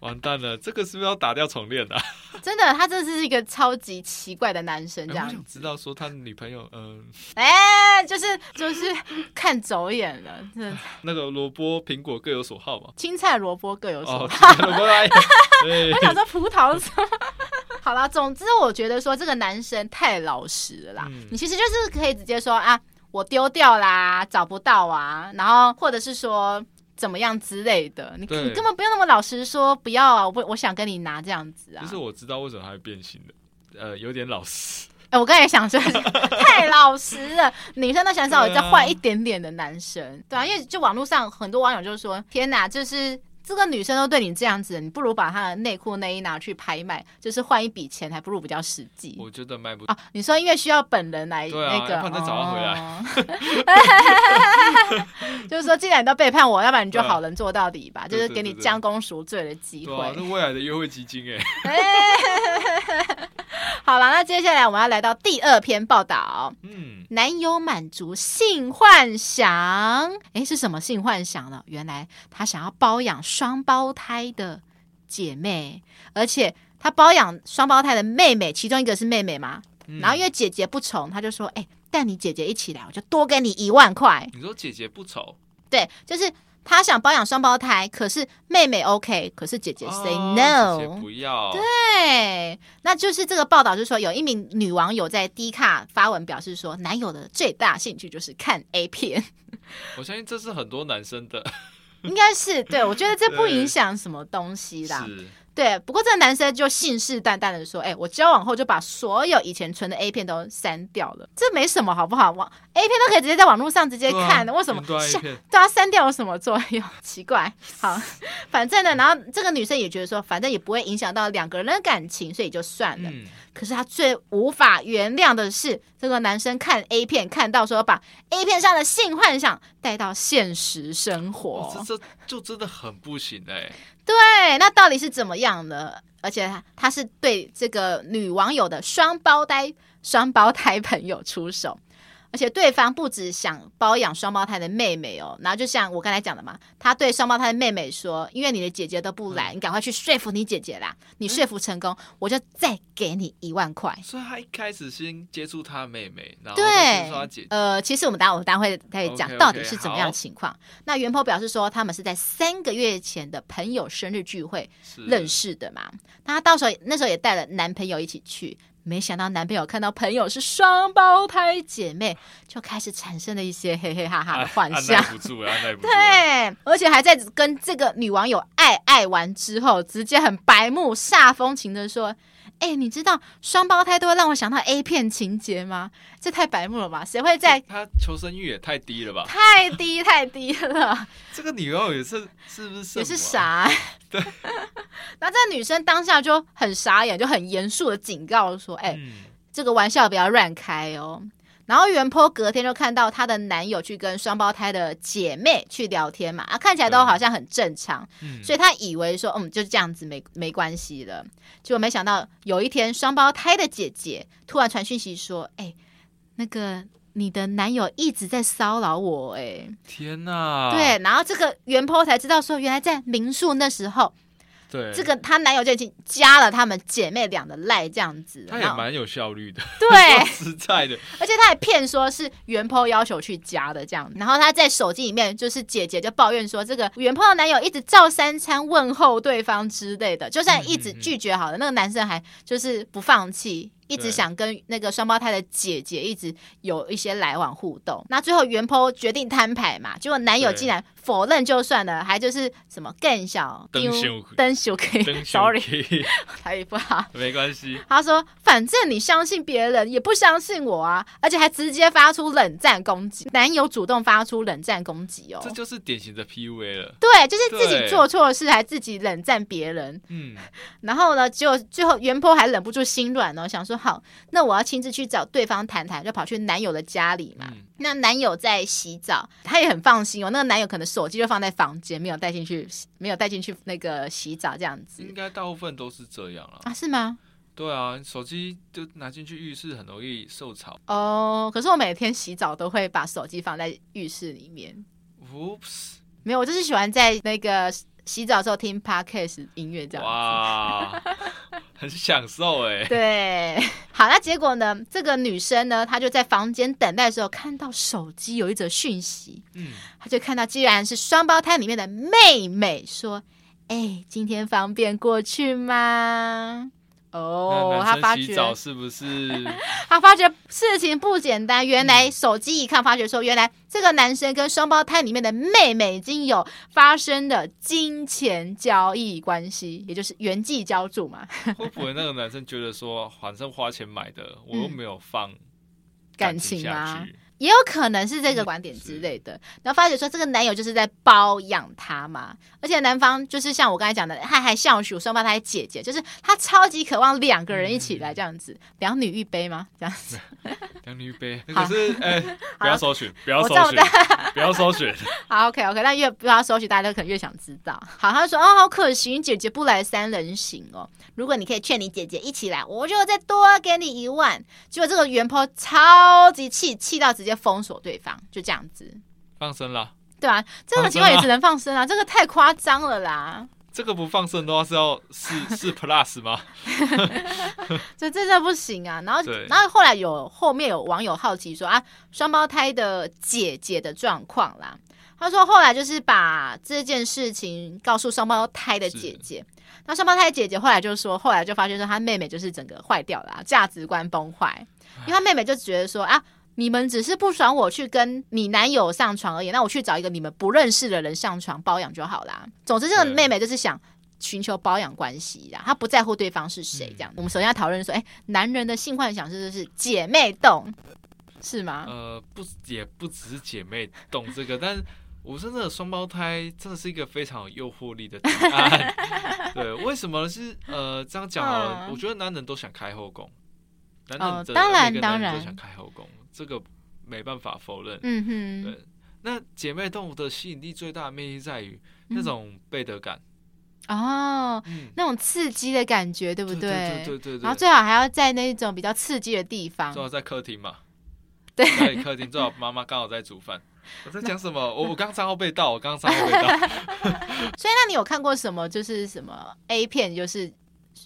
B: 完蛋了，这个是不是要打掉重练的、啊？
A: 真的，他真的是一个超级奇怪的男生，
B: <laughs>
A: 这
B: 哎我
A: 样
B: 想知道说他女朋友，嗯、
A: 哎、就是就是看走眼了，真的
B: 那个萝卜、苹果各有所好嘛。
A: 青菜萝卜各有所好
B: 哦，。萝卜来，对
A: <laughs> 我，想说葡萄是吗 <laughs> 好啦，总之我觉得说这个男生太老实了啦，
B: 嗯
A: 你其实就是可以直接说啊，我丢掉啦，找不到啊，然后或者是说。怎么样之类的，你
B: 对
A: 你根本不用那么老实说不要啊，我不我想跟你拿这样子啊
B: 就。是我知道为什么他会变心的，呃，有点老实。
A: 哎、我刚才也
B: <laughs>
A: 想说，太老实了，女生都想稍微
B: 对
A: 再
B: 啊
A: 坏一点点的男生，
B: <laughs>
A: 对啊，因为就网络上很多网友就说，天哪，就是。这个女生都对你这样子，你不如把她的内裤内衣拿去拍卖，就是换一笔钱，还不如比较实际
B: 我觉得卖不，
A: 啊。你说因为需要本人来
B: 对啊
A: 那个，
B: 要不然再找她回来
A: 来。哦
B: <laughs>
A: 就是说，既然你都背叛我，要不然你就好人做到底吧，就
B: 对
A: 是
B: 对
A: 给你
B: 对对
A: 将功赎罪的机
B: 对
A: 会。
B: 啊，那未来的约会基金哎、
A: 好了，那接下来我们要来到第二篇报道。
B: 嗯，
A: 男友满足性幻想，诶，是什么性幻想呢？原来他想要包养双胞胎的姐妹，而且他包养双胞胎的妹妹，其中一个是妹妹嘛。
B: 嗯
A: 然后因为姐姐不从，他就说：“诶，带你姐姐一起来，我就多给你一万块。
B: 你说姐姐不丑，”
A: 对，就是他想包养双胞胎，可是妹妹 OK，可是姐姐 say
B: 哦
A: no，、
B: 姐姐不要，
A: 对，那就是这个报道，就是说有一名女网友在 D 卡发文表示说，男友的最大兴趣就是看 A 片，
B: 我相信这是很多男生的，
A: 应该是对我觉得这不影
B: 对
A: 响什么东西啦。
B: 是
A: 对，不过这个男生就信誓旦旦的说，哎、我交往后就把所有以前存的 A 片都删掉了，这没什么好不好？网 A 片都可以直接在网络上直接
B: 对啊
A: 看的，为什么
B: 云端一
A: 下
B: 片
A: 对啊，删掉有什么作用？ <laughs> 奇怪。好，反正呢，然后这个女生也觉得说，反正也不会影响到两个人的感情，所以就算了。
B: 嗯，
A: 可是他最无法原谅的是，这个男生看 A 片看到说把 A 片上的性幻想带到现实生
B: 哦
A: 活，
B: 这这就真的很不行哎、
A: 对，那到底是怎么样呢？而且他他是对这个女网友的双胞胎双胞胎朋友出手，而且对方不只想包养双胞胎的妹妹哦，然后就像我刚才讲的嘛，他对双胞胎的妹妹说，因为你的姐姐都不来，你赶快去说服你姐姐啦，你说服成功，我就再给你一万块。
B: 所以他一开始先接触他妹妹，然后再接
A: 对
B: 触他姐，姐，
A: 呃，其实我们待会待会再
B: OK，OK，
A: 讲到底是怎么样
B: 好
A: 的情况。那袁鹏表示说，他们是在三个月前的朋友生日聚会
B: 是
A: 认识的嘛。那她到时候那时候也带了男朋友一起去，没想到男朋友看到朋友是双胞胎姐妹，就开始产生了一些嘿嘿哈哈的
B: <laughs>
A: 幻
B: 按
A: 想
B: 耐。不住了，按耐不住了，
A: 对，而且还在跟这个女网友爱爱完之后，直接很白目、煞风景的说：“哎、你知道双胞胎都会让我想到 A 片情节吗？ <laughs> 这太白目了吧？谁会在
B: 他求生欲也太低了吧？
A: <laughs> 太低太低 <laughs> 了，
B: 这个女网友也是是不是圣母啊
A: 也是？傻。 <laughs> 那这个女生当下就很傻眼，就很严肃的警告说：“哎、
B: 嗯，
A: 这个玩笑不要乱开哦。然后袁坡隔天就看到她的男友去跟双胞胎的姐妹去聊天嘛，啊，看起来都好像很正常，
B: 嗯
A: 所以她以为说，嗯，就这样子没没关系了。结果没想到有一天，双胞胎的姐姐突然传讯息说，哎、那个你的男友一直在骚扰我、哎、
B: 天哪，
A: 对，然后这个袁坡才知道说，原来在民宿那时候，
B: 对，
A: 这个她男友就已经加了她们姐妹俩的赖这样子，
B: 他也
A: 然后
B: 蛮有效率的，。
A: 对
B: 实在的，
A: 而且他还骗说是袁坡要求去加的这样，然后他在手机里面就是姐姐就抱怨说，这个袁坡的男友一直照三餐问候对方之类的，就算一直拒绝好了，那个男生还就是不放弃，一直
B: 对
A: 想跟那个双胞胎的姐姐一直有一些来往互动。那最后袁坡决定摊牌嘛，结果男友
B: 对
A: 竟然否认就算了，还就是什么更小
B: 灯
A: 丢
B: 羞
A: <laughs> 灯羞
B: 灯
A: sorry，
B: Sorry，
A: 台语不好。
B: 没关系，
A: 他说：“反正你相信别人，也不相信我啊！”而且还直接发出冷战攻击，男友主动发出冷战攻击哦。
B: 这就是典型的 PUA 了。
A: 对，就是自己
B: 对
A: 做错事还自己冷战别人，
B: 嗯，
A: 然后呢，结果最后袁坡还忍不住心软哦，想说好，那我要亲自去找对方谈谈，就跑去男友的家里嘛。
B: 嗯
A: 那男友在洗澡，她也很放心哦。那个男友可能手机就放在房间，没有带进去，没有带进去那个洗澡这样子
B: 应该大部分都是这样了。
A: 啊？是吗？
B: 对啊，手机就拿进去浴室很容易受潮。
A: 哦，可是我每天洗澡都会把手机放在浴室里面，
B: Oops，
A: 没有，我就是喜欢在那个洗澡的时候听 podcast 音乐这样子。
B: 哇，很享受
A: <laughs>
B: 哎、
A: 对，好，那结果呢？这个女生呢，她就在房间等待的时候，看到手机有一则讯息，
B: 嗯，
A: 她就看到既然是双胞胎里面的妹妹说：“哎、今天方便过去吗？”哦，
B: 那
A: 她发
B: 男生洗澡
A: 觉，
B: 是不是？
A: 她发觉事情不简单。原来手机一看，发觉说，原来这个男生跟双胞胎里面的妹妹已经有发生了金钱交易关系，也就是原际交注嘛，
B: 会不会那个男生觉得说，反正花钱买的，我又没有放
A: <laughs> 感
B: 情
A: 情啊
B: 下
A: 吗？
B: 去，
A: 也有可能是这个观点之类的。然后发觉说，这个男友就是在包养她嘛，而且男方就是像我刚才讲的，他还像属双胞胎姐姐，就是他超级渴望两个人一起来这样子，两女一杯吗？这样子。
B: 两女杯。
A: 好
B: 可是
A: <laughs>
B: 哎、不要搜寻，不要
A: 我
B: 搜
A: 知道
B: 寻，不要搜寻。
A: 好，OK OK，但越不知道搜寻，大家可能越想知道。好，他就说哦，好可惜，你姐姐不来三人行哦。如果你可以劝你姐姐一起来，我就再多给你一万。结果这个袁坡超级气，气到直接封锁对方，就这样子。
B: 放生啦，
A: 对啊，这种
B: 放生
A: 情况也
B: 啊
A: 只能放生啊，这个太夸张了啦！
B: 这个不放生的话是要
A: <laughs>
B: 是是 plus 吗？
A: 这这这不行啊。然后
B: 对，
A: 然后后来有后面有网友好奇说啊，双胞胎的姐姐的状况啦。他说后来就是把这件事情告诉双胞胎的姐姐，那双胞胎姐姐后来就说，后来就发现说她妹妹就是整个坏掉了、啊，价值观崩坏，因为她妹妹就觉得说啊。你们只是不爽我去跟你男友上床而已，那我去找一个你们不认识的人上床包养就好啦。总之，这个
B: 对
A: 妹妹就是想寻求包养关系啦，她不在乎对方是谁
B: 嗯
A: 这样。我们首先要讨论说，哎、男人的性幻想是不是姐妹洞？是吗？
B: 呃，不也不只是姐妹懂这个，但我真的双胞胎真的是一个非常有诱惑力的答案。
A: <laughs>
B: 对，为什么是呃这样讲好了？
A: 嗯
B: 我觉得男人都想开后宫，男
A: 哦
B: 人真的、
A: 当然
B: 每个男人
A: 当然
B: 都想开后宫，这个没办法否认。
A: 嗯哼
B: 对，那姐妹动物的吸引力最大的魅力在于
A: 嗯
B: 那种被得感，
A: 哦，
B: 嗯，
A: 那种刺激的感觉，对不
B: 对对对对
A: 然后
B: 对，
A: 最好还要在那种比较刺激的地方
B: 最。好在客厅嘛，
A: 对
B: 家里客厅最好妈妈刚好在煮饭。我在讲什么？我我刚刚账号被盗，我刚刚账号被盗。
A: 所以，那你有看过什么就是什么 A 片，就是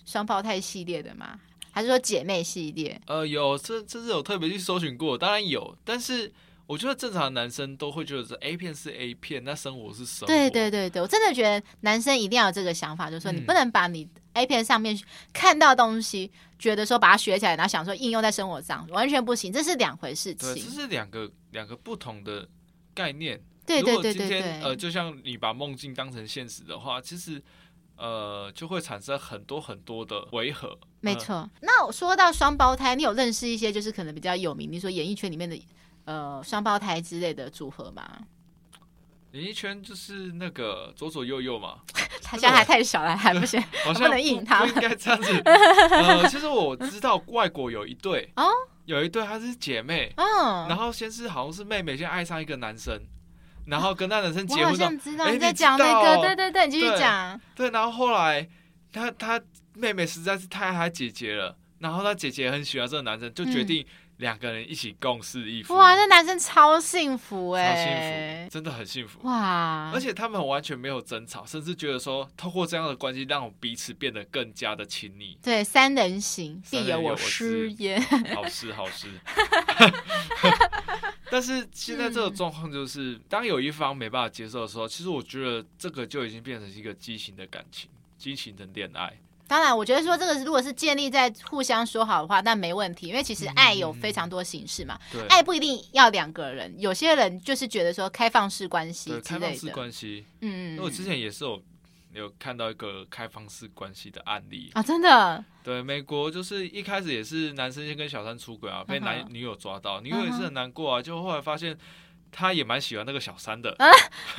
A: 双胞胎系列的吗？还是说姐妹系列？
B: 呃，有，这这是有特别去搜寻过，当然有，但是我觉得正常的男生都会觉得这 A 片是 A 片，那生活是生活。
A: 对对对对，我真的觉得男生一定要有这个想法，就是说你
B: 嗯
A: 不能把你 A 片上面看到的东西，觉得说把它学起来，然后想说应用在生活上，完全不行，这是两回事
B: 对，这
A: 情。
B: 是两个两个不同的概念。
A: 对对对
B: 如果
A: 对
B: 今天呃，
A: 对，
B: 就像你把梦境当成现实的话，其实呃就会产生很多很多的违和。
A: 没
B: 嗯
A: 错。那我说到双胞胎，你有认识一些就是可能比较有名，你说演艺圈里面的呃双胞胎之类的组合吗？
B: 演艺圈就是那个左左右右
A: <laughs>
B: 嘛，
A: 他现在还太小了，还不
B: <laughs>
A: 行。
B: 好像
A: 不能应他
B: 不
A: 们
B: 应该这
A: <laughs>
B: 样子。呃，其实我知道外国有一对
A: 哦，
B: 有一对她是姐妹，然
A: 嗯，
B: 后先是好像是妹妹先爱上一个男生，然后跟那男生
A: 我
B: 结
A: 好
B: 婚了，
A: 像知道
B: 哎
A: 你在
B: 你知
A: 讲那个，
B: 道
A: 对对对，你继续
B: 对
A: 讲。
B: 对，然后后来她她妹妹实在是太爱她姐姐了，然后她姐姐很喜欢这个男生，就决
A: 嗯
B: 定两个人一起共事一夫，
A: 哇，那男生超幸福
B: 嗯超幸
A: 哎
B: 福，、真的很幸福。
A: 哇。
B: 而，且他们完全没有争吵，甚至觉得说，透过这样的关系，让我彼此变得更加的亲密
A: 对，三人行
B: 三
A: 必
B: 人有
A: 我
B: 我
A: 师
B: 师
A: 焉。 <laughs>
B: 好事，好事。但是现在这个状况就是，当有一方没办法接受的时候，其实我觉得这个就已经变成是一个畸形的感情、畸形的恋爱。
A: 当然，我觉得说这个如果是建立在互相说好的话，那没问题，因为其实爱有非常多形式嘛，
B: 对，
A: 爱不一定要两个人，有些人就是觉得说开放式关系
B: 对，
A: 之
B: 开
A: 类
B: 放式
A: 的，
B: 关系。
A: 嗯
B: 那我之前也是有有看到一个开放式关系的案例，
A: 啊，真的，
B: 对，美国就是一开始也是男生先跟小三出轨
A: <laughs>
B: 啊，被男
A: 嗯哼
B: 女友抓到，女友也是很难过啊，就后来发现他也蛮喜欢那个小三的，
A: 啊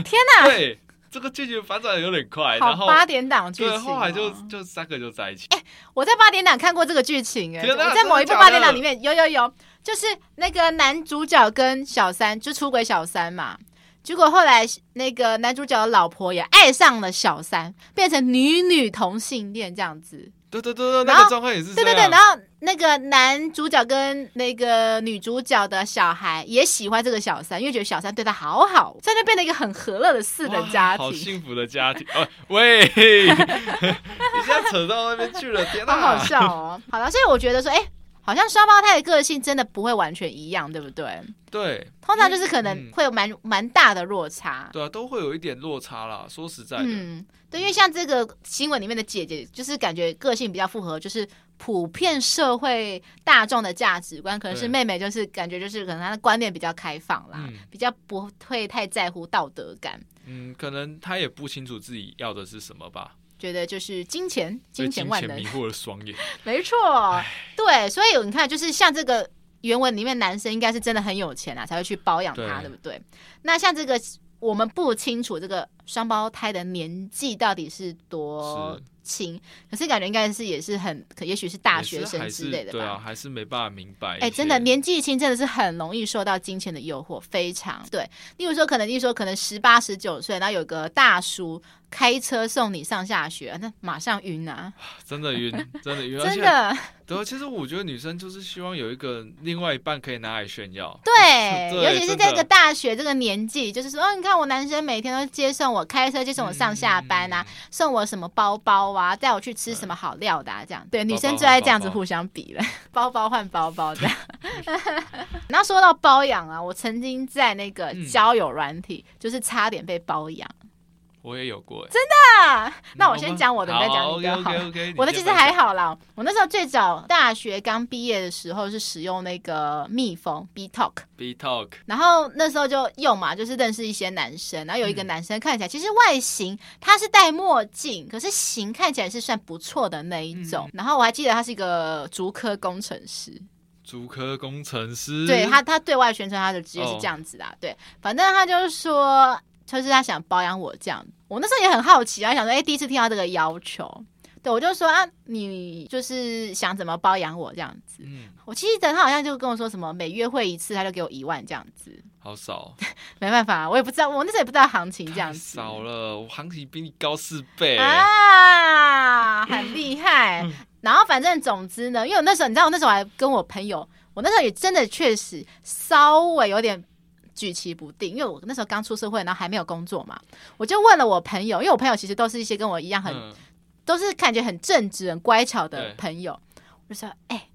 A: 天
B: <laughs>
A: 哪，
B: 对，这个剧情反转得有点快，然
A: 好
B: 后
A: 八点档剧
B: 对，
A: 情
B: 后来就
A: 哦，
B: 就三个就在一起，
A: 我在八点档看过这个剧情，哎，
B: 天哪
A: 我在某一部
B: 真的假的
A: 八点档里面有有有，就是那个男主角跟小三就出轨小三嘛。结果后来，那个男主角的老婆也爱上了小三，变成女女同性恋这样子。
B: 对对对对，
A: 然
B: 那
A: 后
B: 个状况也是
A: 对
B: 这
A: 对对，
B: 样
A: 然后那个男主角跟那个女主角的小孩也喜欢这个小三，因为觉得小三对他好好，所以就变成一个很和乐的四人
B: 哇
A: 家
B: 好
A: 庭。
B: 幸福的家庭哦，喂， <laughs> 一下扯到那边去了，天
A: 好
B: 哪，
A: 好笑哦！好了，所以我觉得说，哎、好像双胞胎的个性真的不会完全一样，对不对？
B: 对
A: 通常就是可
B: 嗯
A: 能会有蛮蛮大的落差。
B: 对啊，都会有一点落差啦，说实在的，
A: 嗯，对，因为像这个新闻里面的姐姐，就是感觉个性比较符合，就是普遍社会大众的价值观。可能是
B: 对
A: 妹妹，就是感觉就是可能她的观念比较开放啦，
B: 嗯
A: 比较不会太在乎道德感，
B: 嗯，可能他也不清楚自己要的是什么吧，
A: 觉得就是金钱，
B: 被
A: 金钱万能
B: 迷，惑了双眼。
A: 没错，对，所以你看，就是像这个原文里面，男生应该是真的很有钱啊，才会去包养他，对
B: 对
A: 不对？那像这个，我们不清楚这个双胞胎的年纪到底是多
B: 是
A: 轻，可是感觉应该是也是很，可也许是大学生
B: 还是
A: 之类的
B: 对啊，
A: 吧。
B: 还是没办法明白。
A: 哎、真的，年纪轻真的是很容易受到金钱的诱惑，非常对。例如说，可能例如说，可能十八、十九岁，然后有个大叔开车送你上下学，那马上晕啊！
B: 真的晕，真的
A: <laughs>
B: 晕，而
A: 真
B: 且
A: 的，
B: 对啊，其实我觉得女生就是希望有一个另外一半可以拿来炫耀。
A: <laughs> 对，
B: 对
A: 尤其是
B: 真
A: 在
B: 的
A: 这个大学这个年纪，就是说，哦，你看我男生每天都接送我，开车接送我上下班啊，
B: 嗯
A: 送我什么包包啊，带我去吃什么好料的、啊，这样。对，女生最爱这样子互相比了， <laughs> 包包换包包这样。 <laughs> 然后说到包养啊，我曾经在那个
B: 嗯
A: 交友软体，就是差点被包养
B: 我也有过，哎
A: 啊。那我先讲我的，你再讲你的好
B: OK
A: 了
B: OK OK，
A: <laughs> 我的其实还好啦，我那时候最早大学刚毕业的时候是使用那个蜜蜂 B Talk，
B: B Talk，
A: 然后那时候就用嘛，就是认识一些男生，然后有一个男生看起来、其实外形他是戴墨镜，可是型看起来是算不错的那一种。然后我还记得他是一个竹科工程师，
B: 主科工程师，
A: 对他他对外宣称他的职业是这样子的、对，反正他就是说，就是他想包养我这样。我那时候也很好奇啊，想说，哎、第一次听到这个要求，对我就说啊，你就是想怎么包养我这样子。
B: 嗯，
A: 我记得他好像就跟我说什么，每约会一次他就给我一万这样子。
B: 好
A: <laughs>
B: 少，
A: 没办法，我也不知道，我那时候也不知道行情这样
B: 太
A: 子。
B: 少了，我行情比你高四倍。欸
A: 啊，很厉害。
B: 嗯
A: 然后反正总之呢，因为我那时候你知道，我那时候还跟我朋友，我那时候也真的确实稍微有点举棋不定，因为我那时候刚出社会，然后还没有工作嘛，我就问了我朋友，因为我朋友其实都是一些跟我一样很、
B: 嗯，
A: 都是感觉很正直、很乖巧的
B: 对
A: 朋友，我就说，哎、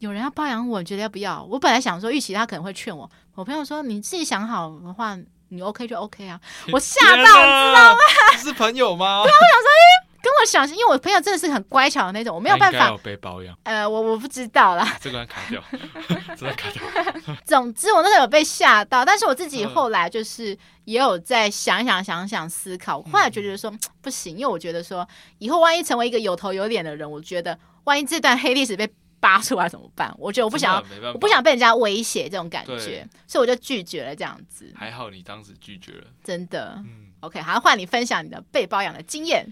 A: 有人要包养我，你觉得要不要？我本来想说，预期他可能会劝我，我朋友说你自己想好的话，你 OK 就
B: <laughs>
A: OK 啊。我吓到，
B: 知道吗？这是朋友吗？
A: 啊跟我想，因为我朋友真的是很乖巧的那种，我没有
B: 他
A: 办
B: 应该
A: 法
B: 有，被包养，
A: 呃，我我不知
B: <laughs>
A: 道啦。
B: 这段卡掉，这段卡掉。
A: 总之，我那时候有被吓到，但是我自己后来就是也有在想想想想思考，
B: 嗯
A: 我后来就觉得说不行，因为我觉得说以后万一成为一个有头有脸的人，我觉得万一这段黑历史被扒出来怎么办？我觉得我
B: 我
A: 不想要，
B: 没办法，
A: 我不想被人家威胁这种感觉
B: 对，
A: 所以我就拒绝了这样子，
B: 还好你当时拒绝了。
A: 真的。
B: 嗯，
A: OK，好，换你分享你的被包养的经验。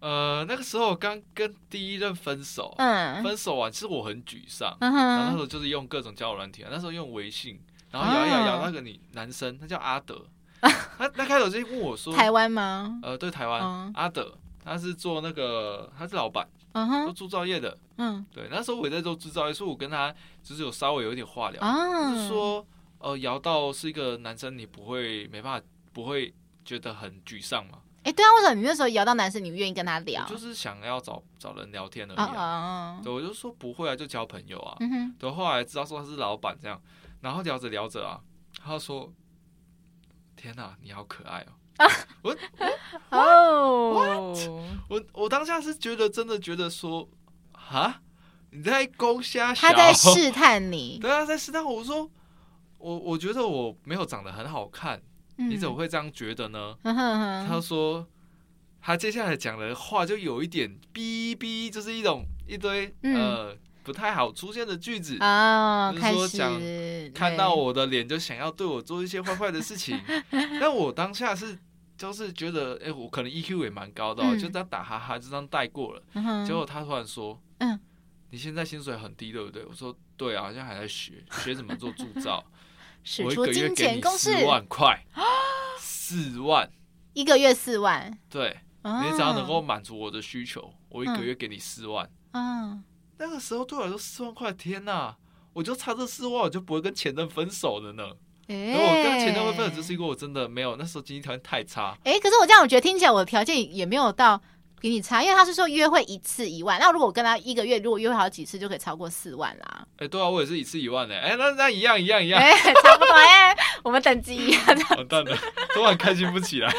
B: 呃，那个时候我刚跟第一任分手，
A: 嗯
B: 分手完其实我很沮丧，
A: 嗯
B: 然后那时
A: 哼，
B: 候就是用各种交友软体啊，那时候用微信，然后摇一摇
A: 啊
B: 摇那个女男生，他叫阿
A: <laughs>
B: 德，他他开头就问我说，
A: 台湾吗？
B: 呃，对台湾
A: 嗯
B: 阿德，他是做那个他是老板，
A: 嗯
B: 做
A: 哼，
B: 制造业的，
A: 嗯
B: 对，那时候我也在做制造业，所以我跟他就是有稍微有一点话聊，
A: 啊，
B: 就是说，呃，摇到是一个男生，你不会没办法，不会觉得很沮丧嘛？
A: 哎、对啊，为什么你那时候摇到男生，你愿意跟他聊？
B: 我就是想要找找人聊天而已、
A: 啊
B: 啊。
A: 啊，啊
B: 对，我就说不会啊，就交朋友啊。
A: 嗯哼，
B: 对，后来知道说他是老板这样，然后聊着聊着啊，他说：“天哪、你好可爱哦、我
A: 哦，
B: 我我我当下是觉得真的觉得说，啊，你在攻虾小，
A: 他在试探
B: <laughs>
A: 你，
B: 对啊，在试探我。我说，我我觉得我没有长得很好看，你怎么
A: 会？
B: 会这样觉得呢？
A: 嗯哼
B: 他
A: 哼，
B: 说，他接下来讲的话就有一点哔哔，就是一种一堆、
A: 嗯
B: 呃不太好出现的句子。
A: 哦，
B: 就是
A: 开
B: 说讲
A: 始
B: 看到
A: 对
B: 我的脸就想要对我做一些坏坏的事
A: <laughs>
B: 情，但我当下是就是觉得，哎、我可能 EQ 也蛮高的、哦，
A: 嗯
B: 就这样打哈哈，就这样带过了。
A: 嗯哼
B: 结果他突然说：“
A: 嗯，
B: 你现在薪水很低，对不对？”我说：“对啊，好像还在学学怎么做铸造，
A: <laughs> 使
B: 我一
A: 出
B: 个月
A: 金
B: 给
A: 钱
B: 你
A: 攻势，
B: 四万
A: <laughs>
B: 块，四万，
A: 一个月四万，哦
B: 对
A: 你
B: 你只要能够，满足我的需求，我一个
A: 嗯
B: 月给你四万。
A: 嗯，
B: 那个时候对我来说，四万块，天哪！我就差这四万，我就不会跟前任分手了呢。
A: 哎
B: 然后我跟前任会分手，就是因为我真的没有那时候经济条件太差。
A: 哎，可是我这样，我觉得听起来我的条件也没有到比你差，因为他是说约会一次一万，那如果我跟他一个月如果约会好几次，就可以超过四万
B: <laughs>
A: 啦。
B: 哎、对啊，我也是一次一万呢、哎、那那一样一样一样，
A: 哎，差不多哎，我们等级一样。
B: 完蛋了，突然开心不起来。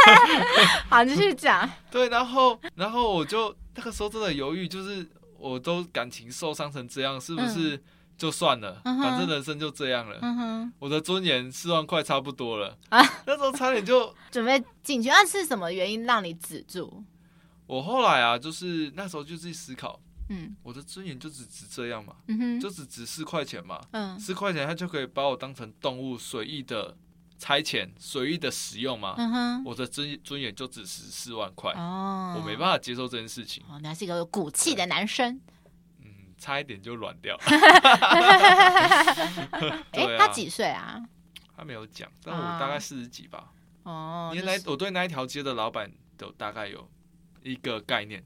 B: <laughs>
A: 好，你继续讲。
B: 对，然后然后我就那个时候真的犹豫，就是我都感情受伤成这样，是不是就算了？
A: 嗯哼
B: 反正人生就这样了。
A: 嗯哼，
B: 我的尊严四万块差不多了
A: 啊
B: 那时候差点就
A: 准备进去，那是什么原因让你止住？
B: 我后来啊，就是那时候就自己思考，
A: 嗯
B: 我的尊严就只值这样嘛，
A: 嗯哼，
B: 就只值四块钱嘛，
A: 嗯
B: 四块钱他就可以把我当成动物随意的差遣、随意的使用嘛。
A: 嗯哼，
B: 我的尊尊严就只值四万块，
A: 哦，
B: 我没办法接受这件事情。
A: 哦，你还是一个有骨气的男生。
B: 嗯，差一点就软掉。
A: <laughs> 哎、
B: 对啊
A: 他几岁啊？
B: 他没有讲，但我大概四十几吧。
A: 哦，
B: 因为
A: 就是
B: 那我对那一条街的老板都大概有一个概念。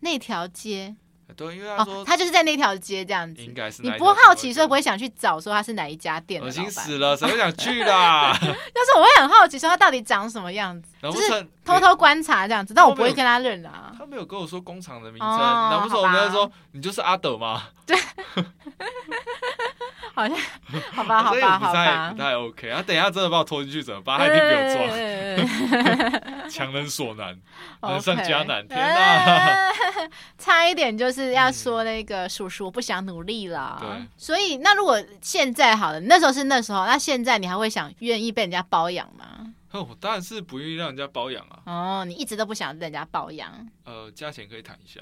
A: 那条街
B: 对，因为他
A: 哦，
B: 说
A: 他就是在那条街这样子。
B: 应该是
A: 你
B: 那一条街
A: 不会好奇，所以不会想去找说他是哪一家店的
B: 恶
A: 老
B: 心
A: 板。
B: 死了，谁会想去啦？
A: 但是我会很好奇，说他到底长什么样子，
B: 难不
A: 就是
B: 成
A: 偷偷观察这样子，但我不会
B: 都没
A: 跟他认啊。
B: 他没有跟我说工厂的名
A: 哦
B: 称？难不成我
A: 好吧
B: 们要说你就是阿斗吗？
A: 好像 <laughs> 好吧，好
B: 这也
A: 吧，
B: 不
A: 好
B: 太
A: 吧
B: 不。太 OK。他等一下真的把我拖进去怎么办？他
A: 对
B: 一定被我抓，
A: 对 <laughs> 对对
B: 强人所难，
A: OK
B: 难上加难。天哪！
A: <laughs> 差一点就是要说那个叔叔，我不想努力了
B: 嗯对。
A: 所以，那如果现在好了，那时候是那时候，那现在你还会想愿意被人家包养吗？
B: 哼我当然是不愿意让人家包养啊。
A: 哦，你一直都不想被人家包养。
B: 呃，价钱可以谈一下。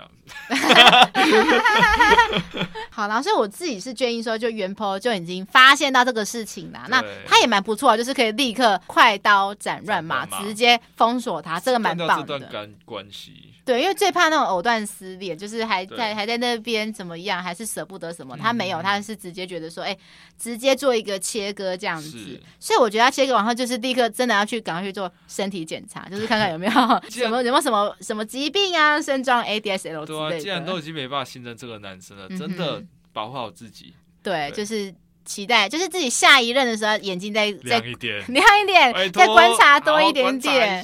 A: 好啦，所以我自己是建议说，就袁婆就已经发现到这个事情啦。
B: 对
A: 那他也蛮不错，就是可以立刻快刀斩乱麻，
B: 斩乱麻
A: 直接封锁他，这个蛮
B: 断掉这
A: 棒
B: 段
A: 的。
B: 干关系。
A: 对，因为最怕那种藕断丝连，就是还在
B: 对
A: 还在那边怎么样，还是舍不得什么。
B: 嗯
A: 他没有，他是直接觉得说，哎、直接做一个切割这样子
B: 是。
A: 所以我觉得他切割完后，就是立刻真的要去赶快去做身体检查，就是看看
B: <laughs>
A: 有没有
B: 既然
A: 什么有没有什么什么疾病啊，身装 ADSL 之
B: 对啊，
A: 类的。
B: 既然都已经没办法信任这个男生了，
A: 嗯哼
B: 真的保护好自己，
A: 对，
B: 对
A: 就是期待，就是自己下一任的时候，眼睛再再
B: 亮一点，
A: <laughs> 亮一
B: 拜
A: 点，
B: 托
A: 再观察多一点
B: 好好观察一
A: 点。还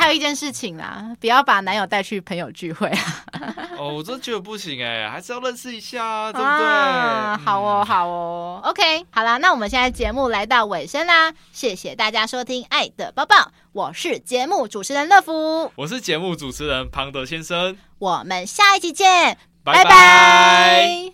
B: 下。
A: 有一件事情啦，不要把男友带去朋友聚会，
B: 哦，我真觉得不行哎，还是要认识一下 <laughs> 啊，对不
A: 啊
B: 对？
A: 好哦，
B: 嗯，
A: 好哦，OK，好啦，那我们现在节目来到尾声啦，谢谢大家收听《爱的抱抱》，我是节目主持人乐福，
B: 我是节目主持人庞德先生，
A: 我们下一集见，
B: 拜
A: 拜拜